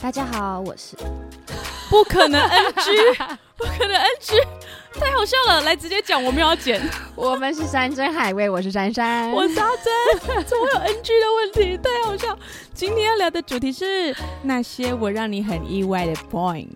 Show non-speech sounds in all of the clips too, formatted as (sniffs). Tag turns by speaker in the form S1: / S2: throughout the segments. S1: 大家好，我是
S2: 不可能 NG，不 (laughs) 可能 NG，太好笑了！来直接讲，我们要剪。
S1: 我们是山珍海味，我是珊珊，
S2: (laughs) 我是阿珍，怎么有 NG 的问题？太好笑！今天要聊的主题是那些我让你很意外的 (laughs) point，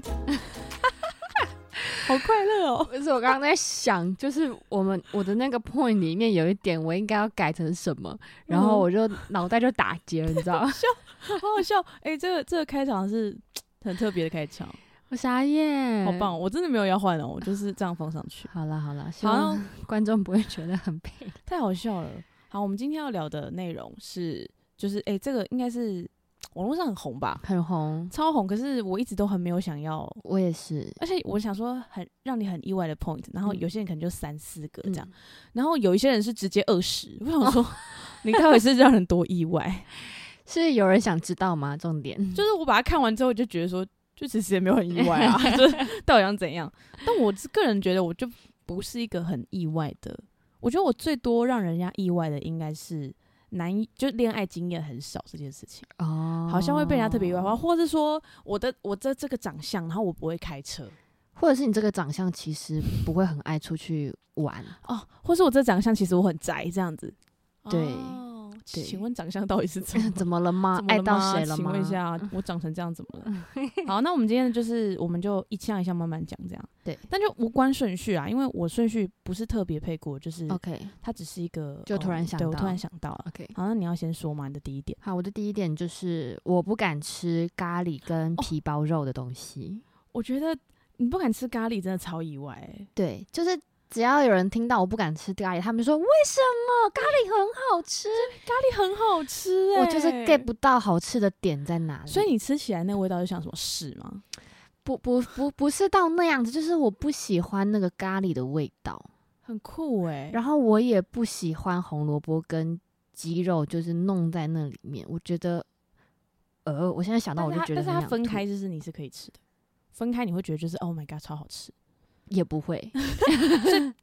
S2: 好快乐哦！
S1: 不是我刚刚在想，就是我们我的那个 point 里面有一点，我应该要改成什么，然后
S2: 嗯
S1: 我就脑袋就打结了，你知道
S2: (laughs)
S1: 吗？
S2: 好好笑！哎、这个这个开场是很特别的开场，
S1: 我傻眼，
S2: 好！棒！我真的没有要换哦，我就是这样放上去。
S1: 好了好了，希
S2: 好
S1: 望，观众不会觉得很配。
S2: 太好笑了。好，我们今天要聊的内容是，就是哎、这个应该是网络上很红吧？
S1: 很红，
S2: 超红，可是我一直都很没有想要，
S1: 我也是，
S2: 而且我想说很让你很意外的 point，然后
S1: 嗯
S2: 有些人可能就三四个这样，
S1: 嗯哦
S2: 然后有一些人是直接二十，我想说、
S1: (laughs)
S2: 你到底是让人多意外？
S1: 是有人想知道吗？重点
S2: 就是我把它看完之后就觉得说，就其实也没有很意外啊，
S1: (laughs)
S2: 就是到底想怎样？但我是个人觉得我就不是一个很意外的，我觉得我最多让人家意外的应该是难以，就恋爱经验很少这件事情。
S1: 哦
S2: 好像会被人家特别意外，或者是说我的我这这个长相，然后我不会开车
S1: 或者是你这个长相其实不会很爱出去玩，
S2: 哦，或是我这长相其实我很宅这样子。
S1: 对
S2: 哦
S1: 对
S2: 请问长相到底是 (laughs) 怎么
S1: 怎么了吗
S2: 怎？么
S1: 爱
S2: 了
S1: 到
S2: 吗嗯
S1: 谁了
S2: 请
S1: 吗？嗯
S2: 问一下，我长成这样怎么 (laughs) 了？好，那我们今天就是我们就一项一项慢慢讲这样。
S1: 对，
S2: 但就无关顺序啊，因为我顺序不是特别配过，就是
S1: ，OK
S2: 它只是一个
S1: 就
S2: 呃
S1: 突然想
S2: 对我
S1: 到
S2: 哦突然想到了。
S1: OK。
S2: 好，那你要先说嘛，你的第一点。
S1: 好，我的第一点就是我不敢吃咖喱跟
S2: 哦
S1: 皮包肉的东西。
S2: 我觉得你不敢吃咖喱真的超意外、欸，
S1: 对，就是只要有人听到我不敢吃咖喱，他们就说为什么咖喱很好吃？
S2: 咖喱很好吃、欸，
S1: 我就是 get 不到好吃的点在哪里。
S2: 所以你吃起来那味道就像什么屎吗？
S1: 不不不不是到那样子，就是我不喜欢那个咖喱的味道，
S2: 很酷哎、
S1: 然后我也不喜欢红萝卜跟鸡肉，就是弄在那里面，我觉得。呃，我现在想到
S2: 但
S1: 我
S2: 是
S1: 就
S2: 它
S1: 觉得
S2: 但是
S1: 很
S2: 它
S1: 想
S2: 分
S1: 吐
S2: 开就是你是可以吃的，分开你会觉得就是 Oh my god 超好吃，
S1: 也不 (laughs) 会，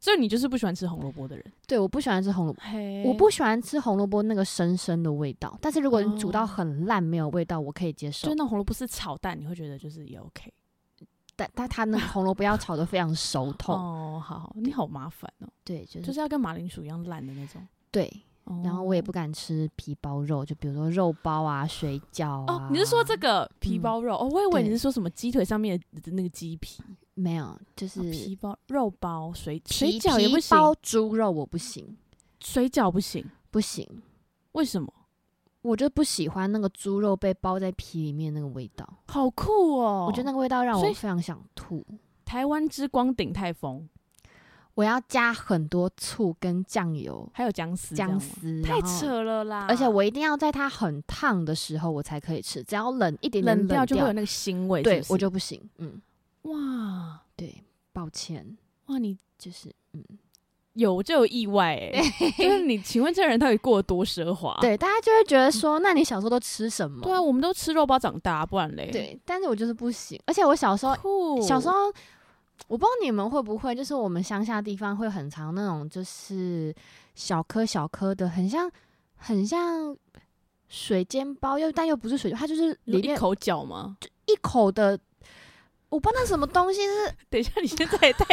S2: 所以你就是不喜欢吃红萝卜的人。
S1: 对，我不喜欢吃红萝卜。
S2: 嘿
S1: 我不喜欢吃红萝卜那个生生的味道，但是如果你煮到
S2: 哦
S1: 很烂没有味道，我可以接
S2: 就
S1: 受
S2: 是。那种红萝卜是炒蛋，你会觉得就是也 OK。
S1: 但但它那个红萝卜要炒得非常
S2: (laughs)
S1: 熟透，
S2: 哦，好好，你好麻烦哦，
S1: 对，就
S2: 就是是要跟马铃薯一样烂的那种。
S1: 对。
S2: 哦
S1: 然后我也不敢吃皮包肉，就比如说肉包啊、水饺
S2: 哦
S1: 啊。，
S2: 你是说这个皮
S1: 嗯
S2: 包肉？哦，我以为你
S1: 对
S2: 是说什么鸡腿上面的那个鸡皮，
S1: 没有？就是
S2: 哦皮包肉包水水
S1: 皮
S2: 饺也不
S1: 皮
S2: 行，
S1: 包猪肉我不行，
S2: 水饺不行，
S1: 不行，
S2: 为什么？
S1: 我就不喜欢那个猪肉被包在皮里面那个味道，
S2: 好酷哦！
S1: 我觉得那个味道让我
S2: 所以
S1: 非常想吐。
S2: 台湾之光鼎泰丰，
S1: 我要加很多醋跟酱油、
S2: 还有姜丝，
S1: 姜，丝，
S2: 太
S1: 然后
S2: 扯了啦！
S1: 而且我一定要在它很烫的时候我才可以吃，只要冷一点点
S2: 冷
S1: 掉
S2: 掉就会有那个腥味，
S1: 对
S2: 是不是
S1: 我就不行。嗯，
S2: 哇
S1: 对，抱歉，
S2: 哇，你
S1: 就是嗯，
S2: 有就有意
S1: (laughs)
S2: 外哎、就是你，请问这个人到底过得多奢华？
S1: 对，大家就会觉得说，那你小时候都吃什么？
S2: 啊嗯对啊，我们都吃肉包长大，不然嘞，，
S1: 对，但是我就是不行，而且我小
S2: (sniffs)
S1: 时候
S2: 酷，
S1: 小时候。我不知道你们会不会，就是我们乡下地方会很常那种，就是小颗小颗的，很像很像水煎包，又但又不是水煎，它就是
S2: 你
S1: 里
S2: 一
S1: 面
S2: 口脚吗？ (laughs)
S1: 一口的，我不知道那什么东西是
S2: 等一下，你现在也太，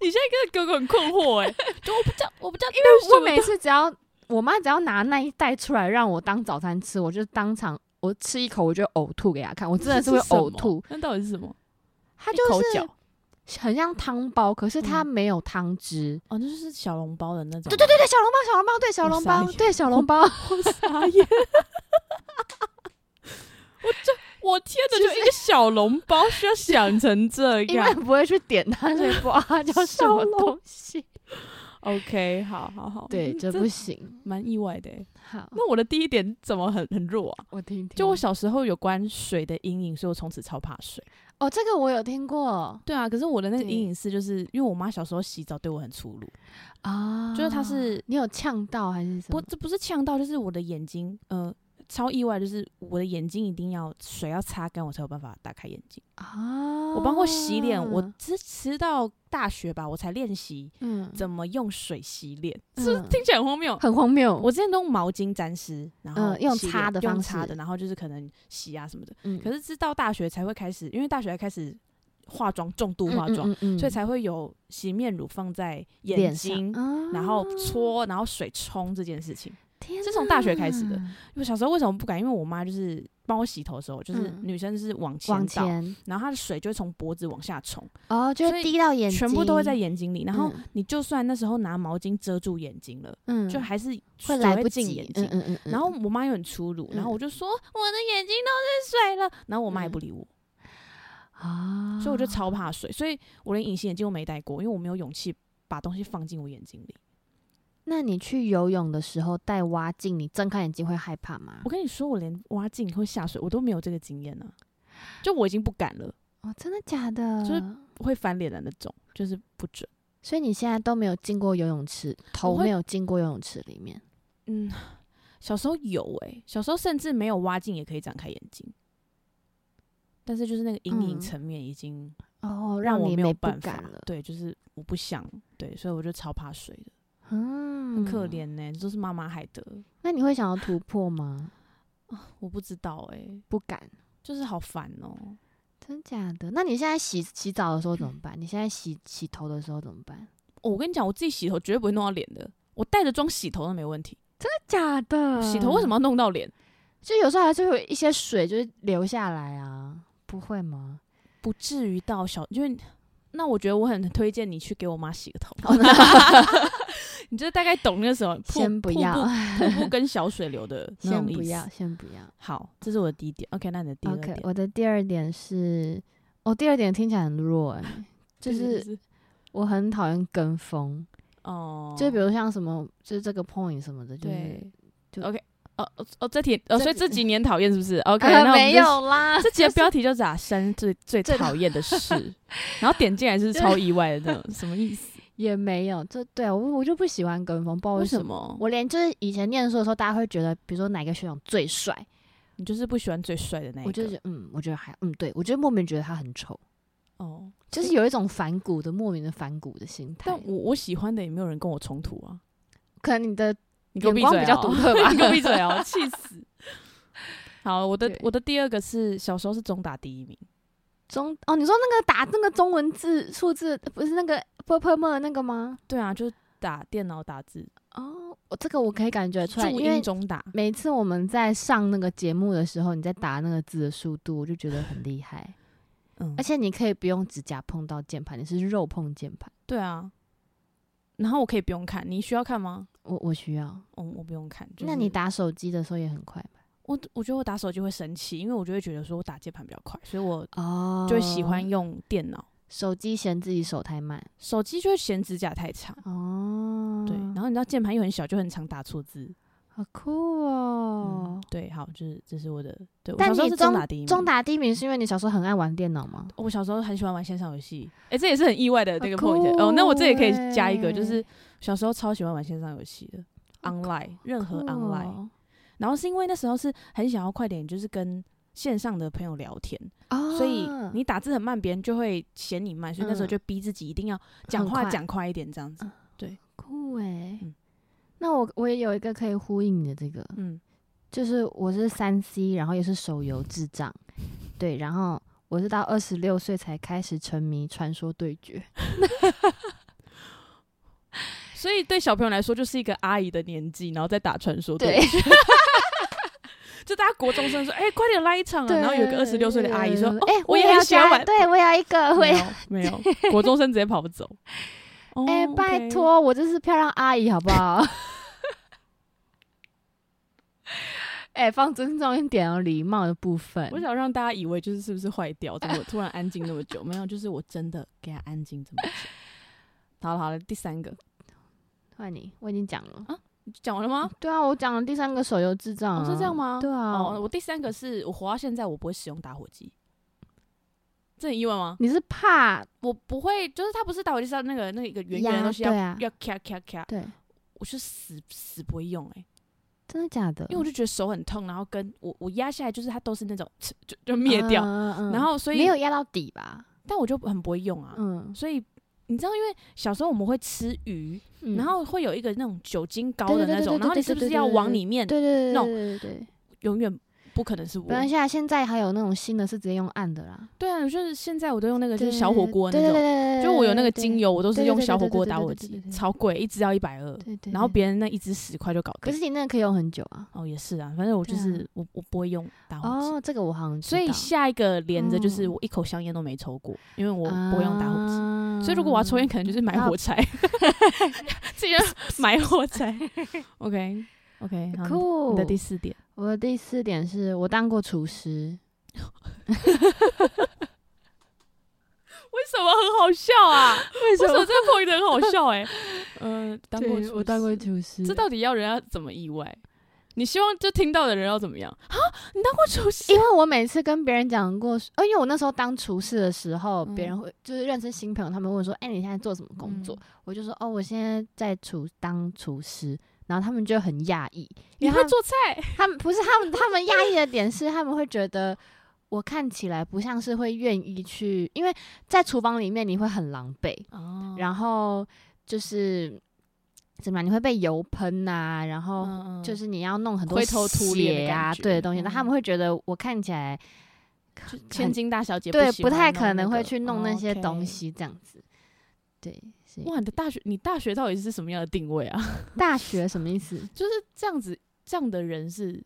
S2: 你现在跟狗狗很困惑
S1: (laughs)
S2: 哎、就我不知道，我不知道，因
S1: 我每次只要我妈只要拿那一袋出来让我当早餐吃，我就当场我吃一口我就呕吐给她看，我真的是会呕吐。，
S2: 那到底是什么？
S1: 它
S2: 一口
S1: 就
S2: 脚
S1: 是很像汤包，可是它
S2: 嗯
S1: 没有汤汁。
S2: 哦，那就是小笼包的那种，
S1: 对对对对，小笼包，小笼包，对小笼
S2: 我傻
S1: 包，
S2: 眼
S1: 对小笼包。
S2: 我傻眼， (laughs) 我这我天哪，
S1: 其
S2: 就
S1: 实
S2: 一个小笼包，需要想成这
S1: (laughs) 因为
S2: 样。
S1: 不会去点它，所以不知道它叫什么
S2: 小笼
S1: 东西。
S2: OK，好好好，
S1: (laughs) 对， (laughs)
S2: 嗯
S1: 这不行。
S2: 蛮意外的欸。
S1: 好，
S2: 那我的第一点怎么很很弱啊？
S1: 我听听。
S2: 就我小时候有关水的阴影，所以我从此超怕水。
S1: 哦，这个我有听过
S2: 对啊，可是我的那个
S1: 对
S2: 阴影是，就是因为我妈小时候洗澡对我很粗鲁，
S1: 啊，
S2: 就是她是
S1: 你有呛到还是什
S2: 不
S1: 么？
S2: 这不是呛到，就是我的眼睛，呃，超意外，就是我的眼睛一定要水要擦干，我才有办法打开眼睛。
S1: 啊，
S2: 我包括洗脸，
S1: 哦
S2: 我直直到大学吧，我才练习
S1: 嗯，
S2: 怎么用水洗脸，
S1: 嗯
S2: 是不是听起来很荒谬？
S1: 很荒谬。
S2: 我之前都用毛巾沾湿，然后
S1: 嗯用
S2: 洗脸
S1: 擦的
S2: 用
S1: 方
S2: 擦
S1: 式
S2: 的，然后就是可能洗啊什么的。
S1: 嗯
S2: 可是直到大学才会开始，因为大学开始化妆，重度化妆，
S1: 嗯嗯嗯嗯
S2: 所以才会有洗面乳放在眼
S1: 脸上
S2: 睛，
S1: 啊
S2: 然后搓，然后水冲这件事情。
S1: 天
S2: 是从大学开始的
S1: 哪，
S2: 我小时候为什么不敢？因为我妈就是帮我洗头的时候，就是
S1: 嗯
S2: 女生是往前
S1: 往
S2: 倒，
S1: 前
S2: 然后她的水就会从脖子往下冲，
S1: 哦，就
S2: 所
S1: 会
S2: 以
S1: 滴到眼睛，
S2: 全部都会在眼睛里。然后
S1: 嗯
S2: 你就算那时候拿毛巾遮住眼睛了，
S1: 嗯
S2: 就还是
S1: 会
S2: 水
S1: 来不
S2: 进
S1: 及
S2: 眼
S1: 嗯
S2: 睛。
S1: 嗯嗯嗯，
S2: 然后我妈又很粗鲁，然后我就说我的眼睛都是水了，然后我妈也不理我，
S1: 嗯啊，
S2: 所以我就超怕水，所以我连隐形眼镜都没戴过，因为我没有勇气把东西放进我眼睛里。
S1: 那你去游泳的时候戴蛙镜，你睁开眼睛会害怕吗
S2: 我？跟你说，我连挖镜会下水，我都没有这个经验呢、啊就我已经不敢了，
S1: 哦，真的假的？
S2: 就是会翻脸的那种，就是不准。
S1: 所以你现在都没有进过游泳池，头
S2: 我会
S1: 没有进过游泳池里面。
S2: 嗯，小时候有诶、小时候甚至没有挖镜也可以展开眼睛，但是就是那个阴影
S1: 嗯
S2: 层面已经
S1: 哦，
S2: 我
S1: 你
S2: 没有
S1: 没不
S2: 办法
S1: 敢了，
S2: 对，就是我不想，对，所以我就超怕水的，
S1: 嗯，
S2: 很可。怜呢、这都是妈妈害的。
S1: 那你会想要突破吗？
S2: 我不知道诶、
S1: 不敢，
S2: 就是好烦哦、
S1: 真假的？那你现在洗洗澡的时候
S2: 嗯
S1: 怎么办？你现在洗洗头的时候怎么办？
S2: 哦我跟你讲，我自己洗头绝对不会弄到脸的，我带着妆洗头都没问题。
S1: 假的
S2: 洗头为
S1: 嗯
S2: 什么？要弄到脸？
S1: 就有时候还是会有一些水就是流下来啊，不会吗？
S2: 不至于到小，因为那我觉得我很推荐你去给我妈洗
S1: (laughs)
S2: 个头，你就大概懂那时候瀑
S1: 先不要，
S2: 瀑布瀑布跟小水流的
S1: (laughs)
S2: 那
S1: 先
S2: 种意
S1: 不
S2: 思。
S1: 要，先不要。
S2: 好，这是我的第一点。OK，那你的第二
S1: OK，
S2: 点
S1: 我的第二点是，哦，第二点听起来很弱哎、就是我很讨厌跟风，
S2: 哦，
S1: 就比如像什么，就是这个 point 什么的，就是
S2: 对
S1: 就
S2: OK，哦哦哦，这题哦，
S1: 这
S2: 所以
S1: 题 (laughs)
S2: 这几年讨厌是不是？OK，
S1: 呃
S2: 那我们
S1: 没
S2: 就。
S1: 有啦，
S2: (laughs) 这集的标题就是啊，生最最
S1: 最
S2: 讨厌的事，然后点进来是超意外的那种，什么意思？
S1: (laughs) 也没有，这对啊我我就不喜欢跟风，不知道
S2: 为
S1: 什
S2: 什。么？
S1: (laughs) 我连就是以前念书的时候，大家会觉得，比如说哪个学长最帅，
S2: 你就是不喜欢最帅的那一个。
S1: 我就觉得嗯，我觉得还嗯，对我就莫名觉得他很丑，
S2: 哦，
S1: 就是有一种反骨的莫名的反骨的心态
S2: 但。我我喜欢的也没有人跟我冲突啊。
S1: 可能你的
S2: 你给我
S1: 眼
S2: 闭
S1: 光
S2: 嘴、哦！
S1: 比较独特吧
S2: 你。给我闭嘴哦！气
S1: (laughs)
S2: 死！好，我的
S1: 对
S2: 我的第二个是小时候是中打第一名，
S1: 中哦，你说那个打那个中文字数字不是那个 purple 的那个吗？
S2: 对啊，就是打电脑打字，
S1: 哦，我这个我可以感觉出来，
S2: 注
S1: 因为
S2: 音中打，
S1: 每次我们在上那个节目的时候，你在打那个字的速度，我就觉得很厉害。
S2: 嗯
S1: 而，且你可以不用指甲碰到键盘，你是肉碰键盘。
S2: 对啊。然后我可以不用看，你需要看吗？
S1: 我我需要。
S2: 嗯，我不用看。就是
S1: 那你打手机的时候也很快吧？
S2: 我，我觉得我打手机会生气，因为我就会觉得说我打键盘比较快，所以我
S1: 哦
S2: 就会喜欢用电脑。
S1: 手机嫌自己手太慢
S2: 手机就会嫌指甲太长，
S1: 哦
S2: 对。然后你知道键盘又很小，就很常打错字。
S1: 好酷哦
S2: 嗯。，对，好，就是这是我的。对，我
S1: 但
S2: 小时候
S1: 你
S2: 是
S1: 中
S2: 打第一名，
S1: 中打第一名是因为你小时候很爱玩电脑吗？
S2: 我小时候很喜欢玩线上游戏，哎、这也是很意外的那个
S1: 好酷
S2: point、哦，那我这也可以
S1: 欸
S2: 加一个，就是小时候超喜欢玩线上游戏的
S1: 好酷哦
S2: ，online 任何
S1: 酷
S2: online。然后是因为那时候是很想要快点，就是跟线上的朋友聊天，
S1: 哦，
S2: 所以你打字很慢，别人就会嫌你慢，所以那时候
S1: 嗯
S2: 就逼自己一定要讲话
S1: 很快
S2: 讲快一点这样子
S1: 嗯。酷哎、
S2: 嗯
S1: 那我我也有一个可以呼应你的这个，
S2: 嗯，
S1: 就是我是三 C，然后也是手游智障，对，然后我是到二十六岁才开始沉迷《传说对决》，
S2: 哦所以对小朋友来说就是一个阿姨的年纪，然后再打传说，
S1: 对，
S2: (laughs) 就大家国中生说，哎、快点来一场啊！
S1: 对
S2: 然后有一个二十六岁的阿姨说，哦，
S1: 哎、
S2: 我也
S1: 要
S2: 很喜欢
S1: 加
S2: 玩
S1: 对我也要一个，我
S2: 没
S1: 也
S2: (laughs) 有没有，国中生直接跑不走。哦
S1: 哎、
S2: ，OK
S1: 拜，托，我这是漂亮阿姨，好不好？
S2: (laughs)
S1: 哎、放尊重一点哦，礼貌的部分。
S2: 我想让大家以为就是是不是坏掉， (laughs) 怎么突然安静那么久？没有，就是我真的给他安静 (laughs) 这么久。好了好了，第三个
S1: 换你，我已经讲了。
S2: 讲完了吗？
S1: 对啊，我讲了第三个手游智障、啊
S2: 哦，是这样？吗？
S1: 对啊，
S2: 哦，我第三个是我活到现在，我不会使用打火机。这很意外吗？
S1: 你是怕
S2: 我不会，就是它不是打火机上那个那个一个圆圆的
S1: 压
S2: 东西
S1: 对
S2: 要
S1: 啊，
S2: 要咔咔咔，
S1: 对，
S2: 我是死死不会用哎、
S1: 真的假的？
S2: 因为我就觉得手很痛，然后跟我我压下来就是它都是那种呲就就灭掉，
S1: 嗯嗯嗯
S2: 然后所以
S1: 没有压到底吧？
S2: 但我就很不会用啊，
S1: 嗯，
S2: 所以。你知道，因为小时候我们会吃鱼，
S1: 嗯
S2: 然后会有一个那种酒精膏
S1: 对
S2: 的
S1: 对对
S2: 那种，
S1: 对对
S2: 然后你
S1: 对
S2: 是不
S1: 对
S2: 是
S1: 对
S2: 要
S1: 对
S2: 往
S1: 对
S2: 里面？
S1: 对对对对
S2: 那种
S1: 对对对。
S2: 永远不可能是我
S1: 本。来现在现在还有那种新的是直接用按的啦，
S2: 对啊，就是现在我都用那个就
S1: 对
S2: 是小火锅那
S1: 对对
S2: 种，
S1: 对对对对对
S2: 就我有那个精油，我都是
S1: 对对
S2: 用
S1: 对
S2: 小火
S1: 对对
S2: 锅
S1: 对
S2: 打
S1: 对
S2: 火
S1: 对对
S2: 机
S1: 对，对
S2: 超贵，一支要一百二
S1: 对，对对，
S2: 然后
S1: 对
S2: 别人那一支十块就搞
S1: 可
S2: 定。
S1: 是你那个可以用很久啊。
S2: 哦，也是啊，反正我就
S1: 对啊
S2: 是我我不会用打火机，
S1: 哦，这个我好像知
S2: 所以
S1: 道
S2: 下一个连着就是
S1: 嗯
S2: 我一口香烟都没抽过，因为我不会用打火机。
S1: 啊
S2: 所以如果我要抽烟，可能就是买
S1: 那
S2: 火 (laughs) 柴，自 (laughs) 己要买火 (laughs) 柴。OK OK，好，
S1: 酷
S2: 你的第四点，
S1: 我的第四点是我当过厨师，
S2: 为什么很好笑啊？
S1: 为
S2: (laughs) 为什么这个破音的很好笑 (laughs) 哎、嗯，当过
S1: 对
S2: 厨
S1: 我当过
S2: 师
S1: 厨师，
S2: 这到底要人家怎么意外？你希望就听到的人要怎么 (laughs) 样啊？你当过厨师
S1: 因？为我每次跟别人讲过，呃，因为我那时候当厨师的时候，别人会就是认识新朋友，他们问说：“哎、你现在做什么工
S2: 嗯
S1: 作？”我就说：“哦，我现在在厨当厨师。”然后他们就很讶异，
S2: 你
S1: 因为
S2: 会
S1: 他
S2: 做菜？
S1: 他们不是他们，他们压抑的点是，他们会觉得我看起来不像是会愿意去，因为在厨房里面你会很狼狈，
S2: 哦
S1: 然后就是怎么样，你会被油喷呐、然
S2: 嗯
S1: 后
S2: 后
S1: 就是你要弄很多
S2: 灰头土脸的
S1: 血啊，
S2: 感觉
S1: 对的东西，那、他
S2: 嗯
S1: 们会觉得我看起来
S2: 就
S1: 很
S2: 千金大小姐
S1: 对
S2: 喜
S1: 不
S2: 欢
S1: 太
S2: 弄
S1: 可
S2: 那
S1: 能
S2: 个
S1: 会去弄那些东。
S2: 哦
S1: 西这样子。对，是
S2: ，OK 哇，你的大学，你大学到底是什么样的定位啊？
S1: 大学什么意思？
S2: 就是这样子，这样的人是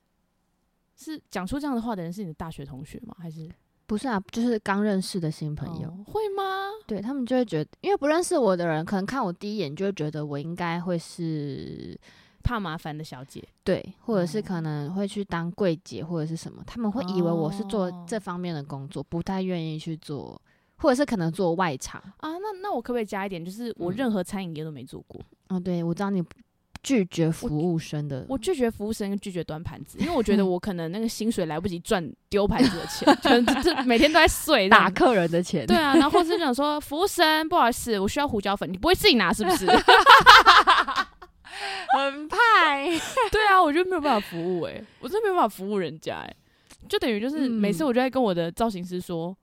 S2: 是讲出这样的话的人是你的大学同学吗？还是
S1: 不是啊，就是刚认识的新朋友。
S2: 哦会吗？
S1: 对他们就会觉得，因为不认识我的人，可能看我第一眼就会觉得我应该会是
S2: 怕麻烦的小姐，
S1: 对，或者是
S2: 哦
S1: 可能会去当柜姐或者是什么，他们会以为我是做
S2: 哦
S1: 这方面的工作，不太愿意去做，或者是可能做外场。
S2: 啊，那那我可不可以加一点？就是我
S1: 嗯
S2: 任何餐饮业都没做过，
S1: 哦，对，我知道你拒绝服务生的，
S2: 我拒绝服务生，跟拒绝端盘 (laughs) 子，因为我觉得我可能那个薪水来不及赚丢盘子的钱， (laughs) 可能就是每天都在睡这
S1: 打
S2: 样子。
S1: 客人的钱。
S2: 对啊，然后或是想说服务生，不好意思，我需要胡椒粉，你不会自己拿是不 (laughs) 是？
S1: (laughs) 很派。
S2: (laughs) 对啊，我就没有办法服务哎、我真的没有办法服务人家哎、就等于就是
S1: 嗯
S2: 每次我就在跟我的造型师说，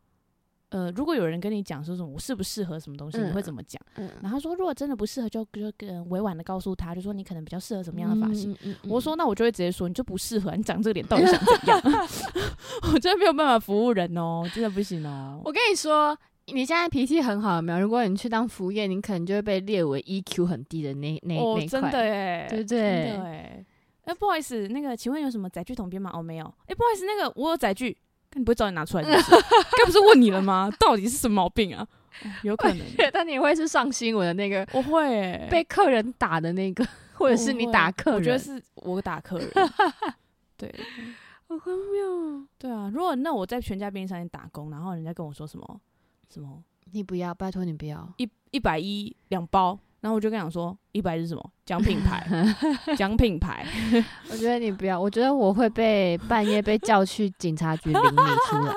S2: 呃，如果有人跟你讲说什么我适不适合什么东西，
S1: 嗯
S2: 你会怎么讲？
S1: (laughs) 嗯
S2: 然后他说如果真的不适合，就就跟委婉的告诉他，就说你可能比较适合什么样的发型。
S1: 嗯？嗯嗯
S2: 我说那我就会直接说你就不适合，你长这个脸到底想
S1: (laughs)
S2: 怎样？ (laughs) 我真的没有办法服务人哦，真的不行哦。
S1: 我跟你说，你现在脾气很好，有没有？如果你去当服务业，你可能就会被列为 EQ 很低的那那、
S2: 哦
S1: 那，一
S2: 真
S1: 块。
S2: 的哎，
S1: 对不
S2: 真的
S1: 对
S2: 哎。哎，不好意思，那个请问有什么载具统编吗？哦，没有。哎，不好意思，那个我有载具，看你不会早点拿出来是不是？该不是问你了吗？到底是什么毛病啊？哦有可能，
S1: (laughs) 觉得你会是上新闻的那个
S2: 我会哎
S1: 被客人打的那个， (laughs) 或者是你
S2: 我会
S1: 打客人，
S2: 我觉得是我打
S1: (laughs)
S2: 客人。对
S1: 好荒谬。哦
S2: 对啊，如果那我在全家便利商店打工，然后人家跟我说什么什么。
S1: 你不要，拜托你不要。
S2: 一一百一两包，然后我就跟他讲说一百是什么？讲品
S1: (laughs)
S2: 牌，讲品牌。 (laughs)
S1: 我觉得你不要，我觉得我会被半夜被叫去警察局领你出
S2: (laughs)
S1: 来。？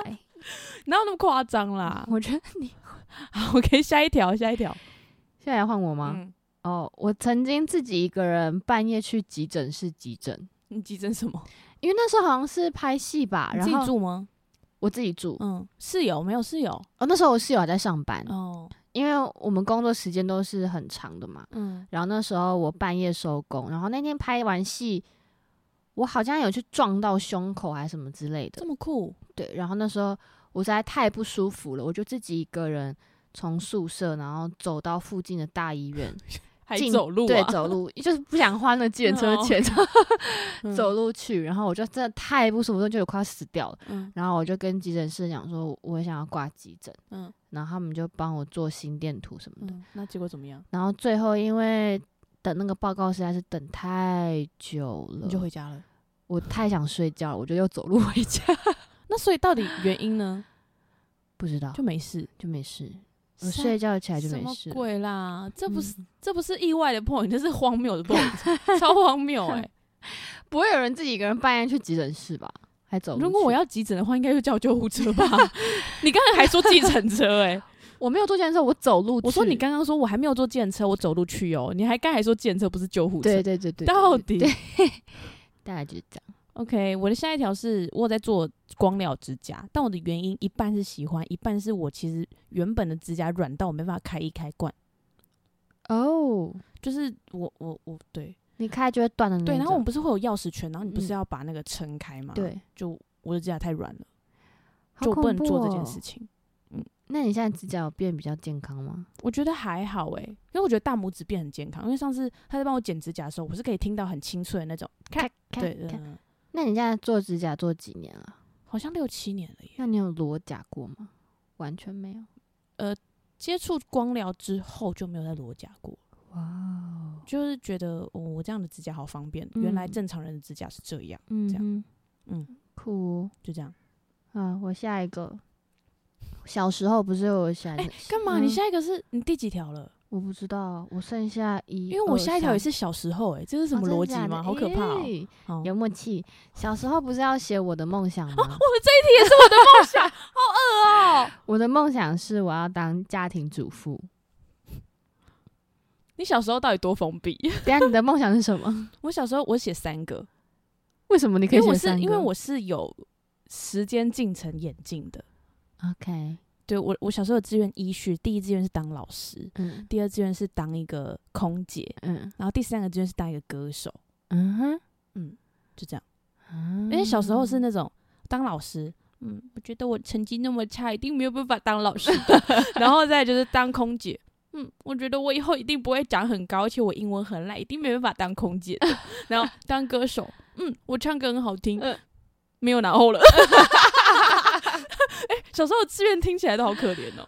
S2: 哪有那么夸张啦
S1: 我觉得你
S2: (laughs) 好，OK，下一条，下一条。
S1: 现在来换我吗？
S2: 嗯，
S1: 哦，我曾经自己一个人半夜去急诊室急诊，
S2: 你急诊什么？
S1: 因为那时候好像是拍戏吧，啊
S2: 你
S1: 然
S2: 自己
S1: 后
S2: 住吗？
S1: 我嗯自己住。
S2: 嗯，室友没有室友。
S1: 哦，那时候我室友还在上班，
S2: 哦，
S1: 因为我们工作时间都是很长的嘛。
S2: 嗯，
S1: 然后那时候我半夜收工，然后那天拍完戏，我好像有去撞到胸口还是什么之类的
S2: 这。么酷。
S1: 对，然后那时候我实在太不舒服了，我就自己一个人从宿舍，然后走到附近的大医
S2: (laughs)
S1: 院，
S2: 还
S1: 进
S2: 走路
S1: 对，
S2: 啊？
S1: 走路就是不想花那计程车
S2: 哦 (laughs)
S1: 钱，
S2: 嗯
S1: 走。路去。然后我就真的太不舒服，我就有快要死掉了。
S2: 嗯
S1: 然后我就跟急诊室讲说，我想要挂急诊，
S2: 嗯
S1: 然后他们就帮我做心电图什么的。
S2: 嗯，那结果怎么样？
S1: 然后最后因为等那个报告实在是等太久了，
S2: 你就回家了。
S1: 我太想睡觉了，我就又走路回
S2: (laughs)
S1: 家。
S2: 那所以到底原因呢？
S1: 不知道
S2: 就
S1: 就
S2: 没事。
S1: 就没事，我
S2: 塞
S1: 睡觉起啊来就
S2: 什
S1: 没
S2: 么
S1: 事了。
S2: 鬼啦？这不是
S1: 嗯
S2: 这不是意外的 point，这是荒谬
S1: (laughs)
S2: 的 point，超荒谬哎。
S1: 不会有人自己一个人半夜去急诊室吧？还走路去？
S2: 如果我要急诊的话，应该就叫救护车吧？ (laughs) 你刚才还说计程车
S1: (laughs)
S2: 哎、
S1: 我没有坐计程车，我走路去。
S2: 我说你刚刚说我还没有坐计程车，我走路去哦，你还刚才说计程车不是救护车，
S1: 对对对对，对
S2: 到底
S1: 对大概就是这样。
S2: OK，我的下一条是我有在做光疗指甲，但我的原因一半是喜欢，一半是我其实原本的指甲软到我没办法开一开罐，
S1: 哦，
S2: 就是我我我对
S1: 你开就会断的那种。
S2: 对，然后我们不是会有钥匙圈，然后你不
S1: 嗯
S2: 是要把那个撑开吗？，
S1: 对，
S2: 就我的指甲太软了，
S1: 好
S2: 就我不能
S1: 恐怖
S2: 做这件事
S1: 哦。
S2: 情。
S1: 那你现在指甲有变比较健康吗？
S2: 我觉得还好诶、因为我觉得大拇指变很健康，因为上次他在帮我剪指甲的时候，我是可以听到很清脆的那种，
S1: 看，咔
S2: 对，对
S1: 咔
S2: 嗯
S1: 那你现在做指甲做几年了？
S2: 好像六七年了耶。
S1: 那你有裸甲过吗？完全没有。
S2: 接触光疗之后就没有再裸甲过，
S1: 哇哦，
S2: 就是觉得哦，我这样的指甲好方便，原来
S1: 嗯
S2: 正常人的指甲是这样，
S1: 嗯
S2: 这样
S1: 哼，
S2: 嗯，
S1: 酷哦、
S2: 就这样。
S1: 啊，我下一个，小时候不是我喜欢
S2: 哎、干嘛？
S1: 嗯
S2: 你下一个是你第几条了？
S1: 我不知道，我剩下一，
S2: 因为我下一条也
S1: 二三
S2: 是小时候、哎，这是什
S1: 哦
S2: 么
S1: 真的
S2: 逻辑
S1: 假的
S2: 吗？好可怕哦、
S1: 咦
S2: 好
S1: 有默契。小时候不是要写我的梦想吗？
S2: (laughs) 我的这一题也是我的梦想， (laughs) 好恶哦、
S1: 我的梦想是我要当家庭主妇。
S2: (laughs) 你小时候到底多封闭？ (laughs)
S1: 等一下你的梦想是什么？ (laughs)
S2: 我小时候我写三个，
S1: 为什么你可
S2: 因
S1: 以
S2: 为我
S1: 写
S2: 是
S1: 三个？
S2: 因为我是有时间进程演进的。
S1: OK，
S2: 对我，我小时候的志愿依序，第一志愿是当老师，
S1: 嗯
S2: 第二志愿是当一个空姐，
S1: 嗯
S2: 然后第三个志愿是当一个歌手，
S1: 嗯哼，
S2: 就这样。
S1: 嗯
S2: 因为小时候是那种当老师，嗯，我觉得我成绩那么差，一定没有办法当老师 (laughs) 的然后再就是当空姐，嗯，我觉得我以后一定不会长很高，而且我英文很烂，一定没办法当空姐 (laughs) 的然后当歌手，嗯，我唱歌很好听，
S1: 嗯
S2: 没有然后 (laughs) 了。哎、小时候的志愿听起来都好可怜哦。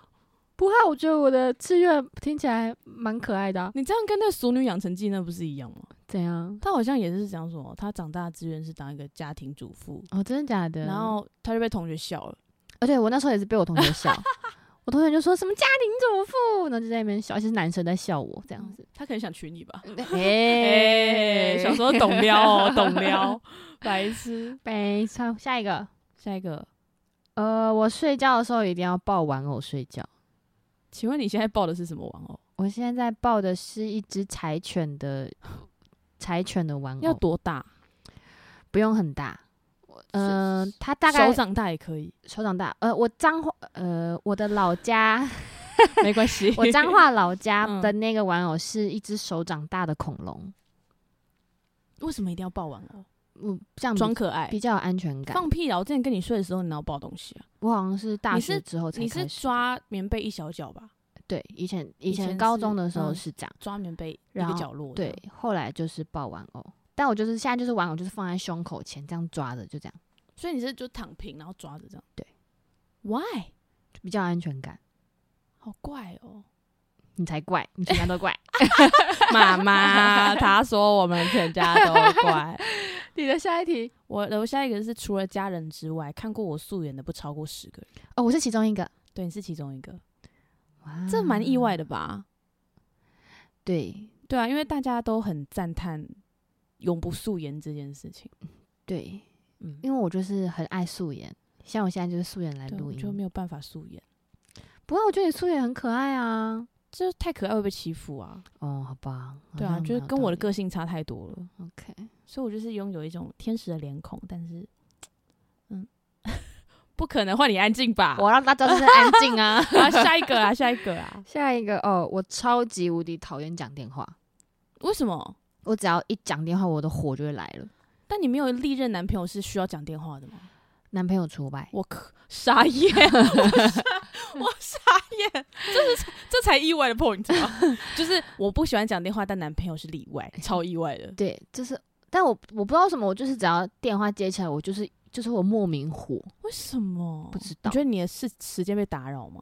S1: 不会啊，我觉得我的志愿听起来蛮可爱的、啊。
S2: 你这样跟那《熟女养成记》那不是一样吗？
S1: 怎样？
S2: 他好像也是这样说，他长大的志愿是当一个家庭主妇，
S1: 哦，真的假的？
S2: 然后他就被同学笑了。
S1: 而且我那时候也是被我同学
S2: (laughs)
S1: 笑，我同学就说什么家庭主妇，然后就在那边笑，而且是男生在笑我这样子。
S2: 他可能想娶你 (laughs) 吧。哎、
S1: 哎 (laughs)
S2: 小时候懂撩哦，懂 (laughs) 撩，白痴。
S1: 没错，下一个，
S2: 下一个，
S1: 呃，我睡觉的时候一定要抱玩偶睡觉。
S2: 请问你现在抱的是什么哦玩偶？
S1: 我现在在抱的是一只柴犬的柴犬的玩偶，
S2: 要多大？
S1: 不用很大，嗯、呃，它大概
S2: 手掌大也可 (laughs) 以，
S1: 手掌大。呃，我彰化，呃，我的老
S2: (laughs)
S1: 家，
S2: 没关系。
S1: 我彰化老家
S2: 嗯
S1: 的那个玩偶是一只手掌大的恐龙，
S2: 为什么一定要抱玩偶？
S1: 嗯，这样比
S2: 装可爱
S1: 比。较有安全感。
S2: 放屁啦！我之前跟你睡的时候，你哪有抱东西啊？
S1: 我好像是大
S2: 你
S1: 学
S2: 是
S1: 之后才
S2: 你
S1: 开
S2: 是
S1: 始
S2: 抓棉被一小角吧？
S1: 对以前以
S2: 以前
S1: 前
S2: 是
S1: 高中的时候
S2: 嗯
S1: 是这样，
S2: 抓棉被一
S1: 然
S2: 个
S1: 后
S2: 角落。
S1: 对，，后来就是抱玩偶，但我就是现在就是玩偶就是放在胸口前这样抓着，就这样
S2: 所以你是就躺平，然后抓着这样。
S1: 对
S2: ，Why？
S1: 就比较有安全感。
S2: 好怪哦。
S1: 你才怪，你全家都
S2: (laughs)
S1: 怪。
S2: 妈妈，她说我们全家都怪。
S1: 你的下一题
S2: 我留下一个是除了家人之外，看过我素颜的不超过十个人。
S1: 哦，我是其中一个，
S2: 对，你是其中一个，
S1: 哇
S2: 这蛮意外的吧？
S1: 对
S2: 对啊，因为大家都很赞叹永不素颜这件事情。
S1: 对，
S2: 嗯，
S1: 因为我就是很爱素颜，像我现在就是素颜来
S2: 对，
S1: 录
S2: 我
S1: 音，
S2: 就没有办法素颜，
S1: 不过我觉得你素颜很可爱啊。
S2: 这太可爱会被欺负啊。
S1: 哦，好吧，
S2: 对
S1: 好
S2: 啊，
S1: 像
S2: 就是
S1: 蛮有
S2: 跟
S1: 道
S2: 我的嗯
S1: 理
S2: 个性差太多了，
S1: OK，
S2: 所以我就是拥有一种天使的脸孔，但是，嗯， (laughs) 不可能换你安静吧？
S1: 我让大家就是安静
S2: (laughs)
S1: 啊。
S2: 啊，下一个啊，下一个啊，
S1: 下一个哦，我超级无敌讨厌讲电话，
S2: (laughs) 为什么？
S1: 我只要一讲电话，我的火就会来了。
S2: 但你没有历任男朋友是需要讲电话的吗？
S1: 男朋友除外，
S2: 我可傻眼，我傻眼，这是这才意外的 point 吧？ (laughs) 就是我不喜欢讲电话，但男朋友是例外，超意外的。
S1: 对，就是，但我我不知道为什么，我就是只要电话接起来，我就是就是我莫名火，
S2: 为什么？
S1: 不知
S2: 你
S1: 道
S2: 觉。得你的是时间被打扰吗？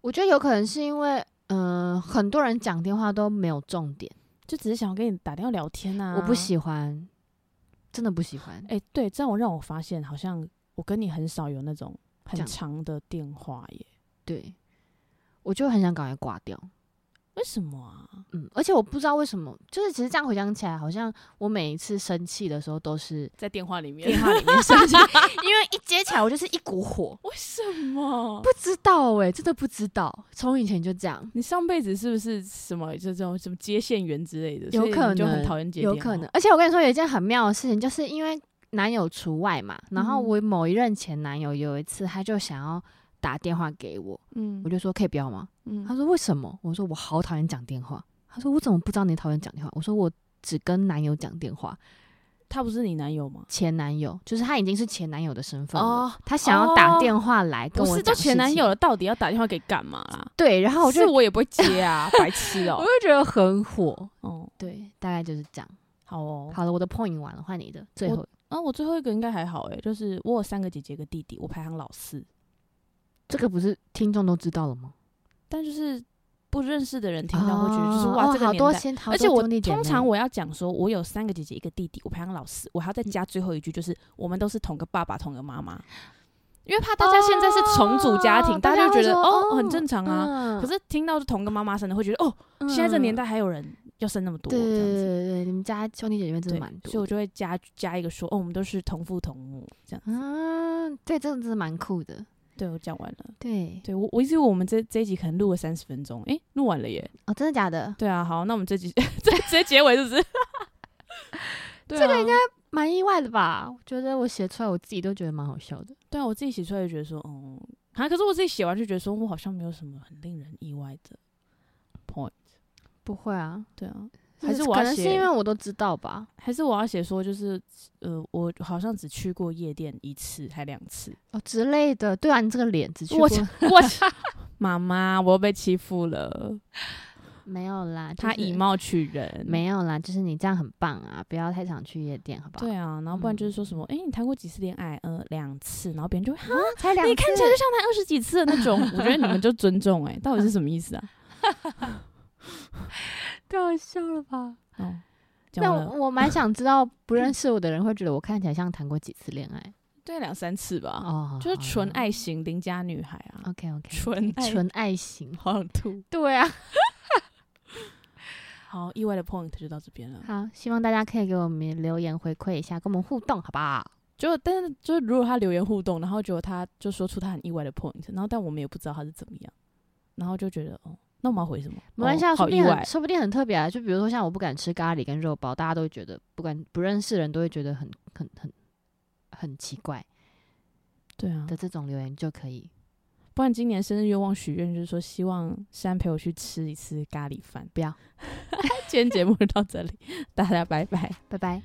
S1: 我觉得有可能是因为，嗯、很多人讲电话都没有重点，
S2: 就只是想要跟你打电话聊天啊？
S1: 我不。喜欢，真的不喜欢。
S2: 哎、对，这样让我发现，好像我跟你很少有那种很
S1: 讲
S2: 长的电话耶。
S1: 对，我就很想赶快挂掉。
S2: 为什么啊？
S1: 嗯，而且我不知道为什么，就是其实这样回想起来，好像我每一次生气的时候都是
S2: 在电话里
S1: 电
S2: 面，
S1: 话里面生气，因为一接起来我就是一股火。
S2: (laughs) 为什么？
S1: 不知道哎、真的不知道，从以前就这样，
S2: 你上辈子是不是什么就这种什么接线员之类的？
S1: 有
S2: 所以你
S1: 可能
S2: 就很讨厌接电
S1: 有
S2: 话
S1: 可能。而且我跟你说，有一件很妙的事情，就是因为男友除外嘛，然
S2: 嗯
S1: 后我某一任前男友有一次他就想要打电话给我，
S2: 嗯
S1: 我就说可以不要吗？
S2: 嗯
S1: 他说为什么？我说我好讨厌讲电话。他说我怎么不知道你讨厌讲电话？我说我只跟男友讲电话，
S2: 他不是你男友吗？
S1: 前男友就是他已经是前男友的身份了，
S2: 哦
S1: 他想要打
S2: 哦
S1: 电话来跟
S2: 不
S1: 我
S2: 是
S1: 讲
S2: 都
S1: 事情。
S2: 前男友了，到底要打电话给干嘛啦？
S1: 对，然后我
S2: 是
S1: 就
S2: 我也不会接
S1: (laughs)
S2: 啊，白痴
S1: 我
S2: 哦、
S1: 就觉得很火，
S2: 哦，
S1: 对，大概就是这样。
S2: 好哦，
S1: 好了，我的 point 完了，换你的最后
S2: 啊，我最后一个应该还好诶、就是我有三个姐姐跟弟弟，我排行老四，
S1: 这个不是听众都知道了吗？
S2: 但就是不认识的人听到会觉得就是、
S1: 哦
S2: 哇，
S1: 哦
S2: 这个
S1: 好
S2: 年
S1: 多
S2: 代。
S1: 先，好
S2: 而且
S1: 多
S2: 我
S1: 兄弟姐
S2: 通
S1: 妹
S2: 常我要讲说，我有三个姐姐一个弟弟，我排行老四，我还要再
S1: 嗯
S2: 加最后一句，就是我们都是同个爸爸同个妈妈，因为怕大家现在是重组家庭，
S1: 哦
S2: 大家就觉得
S1: 会说
S2: 哦很正常啊。
S1: 嗯
S2: 可是听到是同个妈妈生的，会觉得哦，
S1: 嗯
S2: 现在这年代还有人要生那么多，
S1: 对
S2: 这
S1: 对对
S2: 样
S1: 对
S2: 子。
S1: 对对，你们家兄弟姐妹真的
S2: 对
S1: 蛮，多的，
S2: 所以我就会加加一个说，哦，我们都是同父同母这样。
S1: 嗯，对，这个真的蛮酷的，
S2: 对我讲完了。
S1: 对，
S2: 对我，我一直以为我们这这一集可能录了三十分钟，诶，录完了耶。
S1: 哦，真的假的？
S2: 对啊，好，那我们这集 (laughs) 这直接结尾是
S1: (laughs)
S2: 不是？对啊、
S1: 这个应该蛮意外的吧？我觉得我写出来，我自己都觉得蛮好笑的。
S2: 对啊，我自己写出来就觉得说，嗯，啊，可是我自己写完就觉得说，我好像没有什么很令人意外的 point。
S1: 不会啊，
S2: 对啊，
S1: 就
S2: 还是我
S1: 可
S2: 要
S1: 能是
S2: 写
S1: 因为我都知道吧？
S2: 还是我要写说，就是呃，我好像只去过夜店一次还两次。
S1: 哦之类的。对啊，你这个脸只去
S2: 我
S1: 过
S2: 去我去妈妈，我又被欺负了，
S1: (laughs) 没有啦，就
S2: 他
S1: 是
S2: 以貌取人，
S1: 没有啦，就是你这样很棒啊，不要太常去夜店，好不好？
S2: 对啊，然后不然就
S1: 嗯
S2: 是说什么，诶，你谈过几次恋爱？呃，两次，然后别人就会哈，
S1: 才两
S2: 你看起来就像谈二十几次的那种。我觉得你们就尊重、诶，到底是什么意思啊？
S1: 太好笑了吧？
S2: 哦，讲
S1: 但
S2: 完了，
S1: 我我蛮想知道，不认识我的人会觉得我看起来像谈过几次恋
S2: (laughs)
S1: 爱
S2: 对，两三次吧，
S1: (laughs) 哦，
S2: 就是纯。爱型邻家女孩啊，
S1: OK OK，
S2: 纯爱
S1: 纯爱型。
S2: 好想吐。
S1: 对啊，
S2: 好，意外的 point 就到这边了。
S1: 好，希望大家可以给我们留言回馈一下，跟我们互动，好不
S2: 哦
S1: 好？
S2: 就但是就是如果他留言互动，然后结果他就说出他很意外的 point，然后但我们也不知道他是怎么样，然后就觉得哦，那我们要回什么？
S1: 没关系啊，
S2: 哦
S1: 说
S2: 好
S1: 不
S2: 意
S1: 定
S2: 外
S1: 很，。说不定很特别啊。就比如说像我不敢吃咖喱跟肉包，大家都会觉得，不管不认识的人都会觉得很很很很奇怪
S2: 对啊，
S1: 的这种留言就可以。
S2: 不然今年生日愿望许愿就是说，希望珊陪我去吃一次咖喱饭。 (laughs)
S1: 不要，
S2: 今天节目就到这里，大家拜拜。
S1: 拜拜。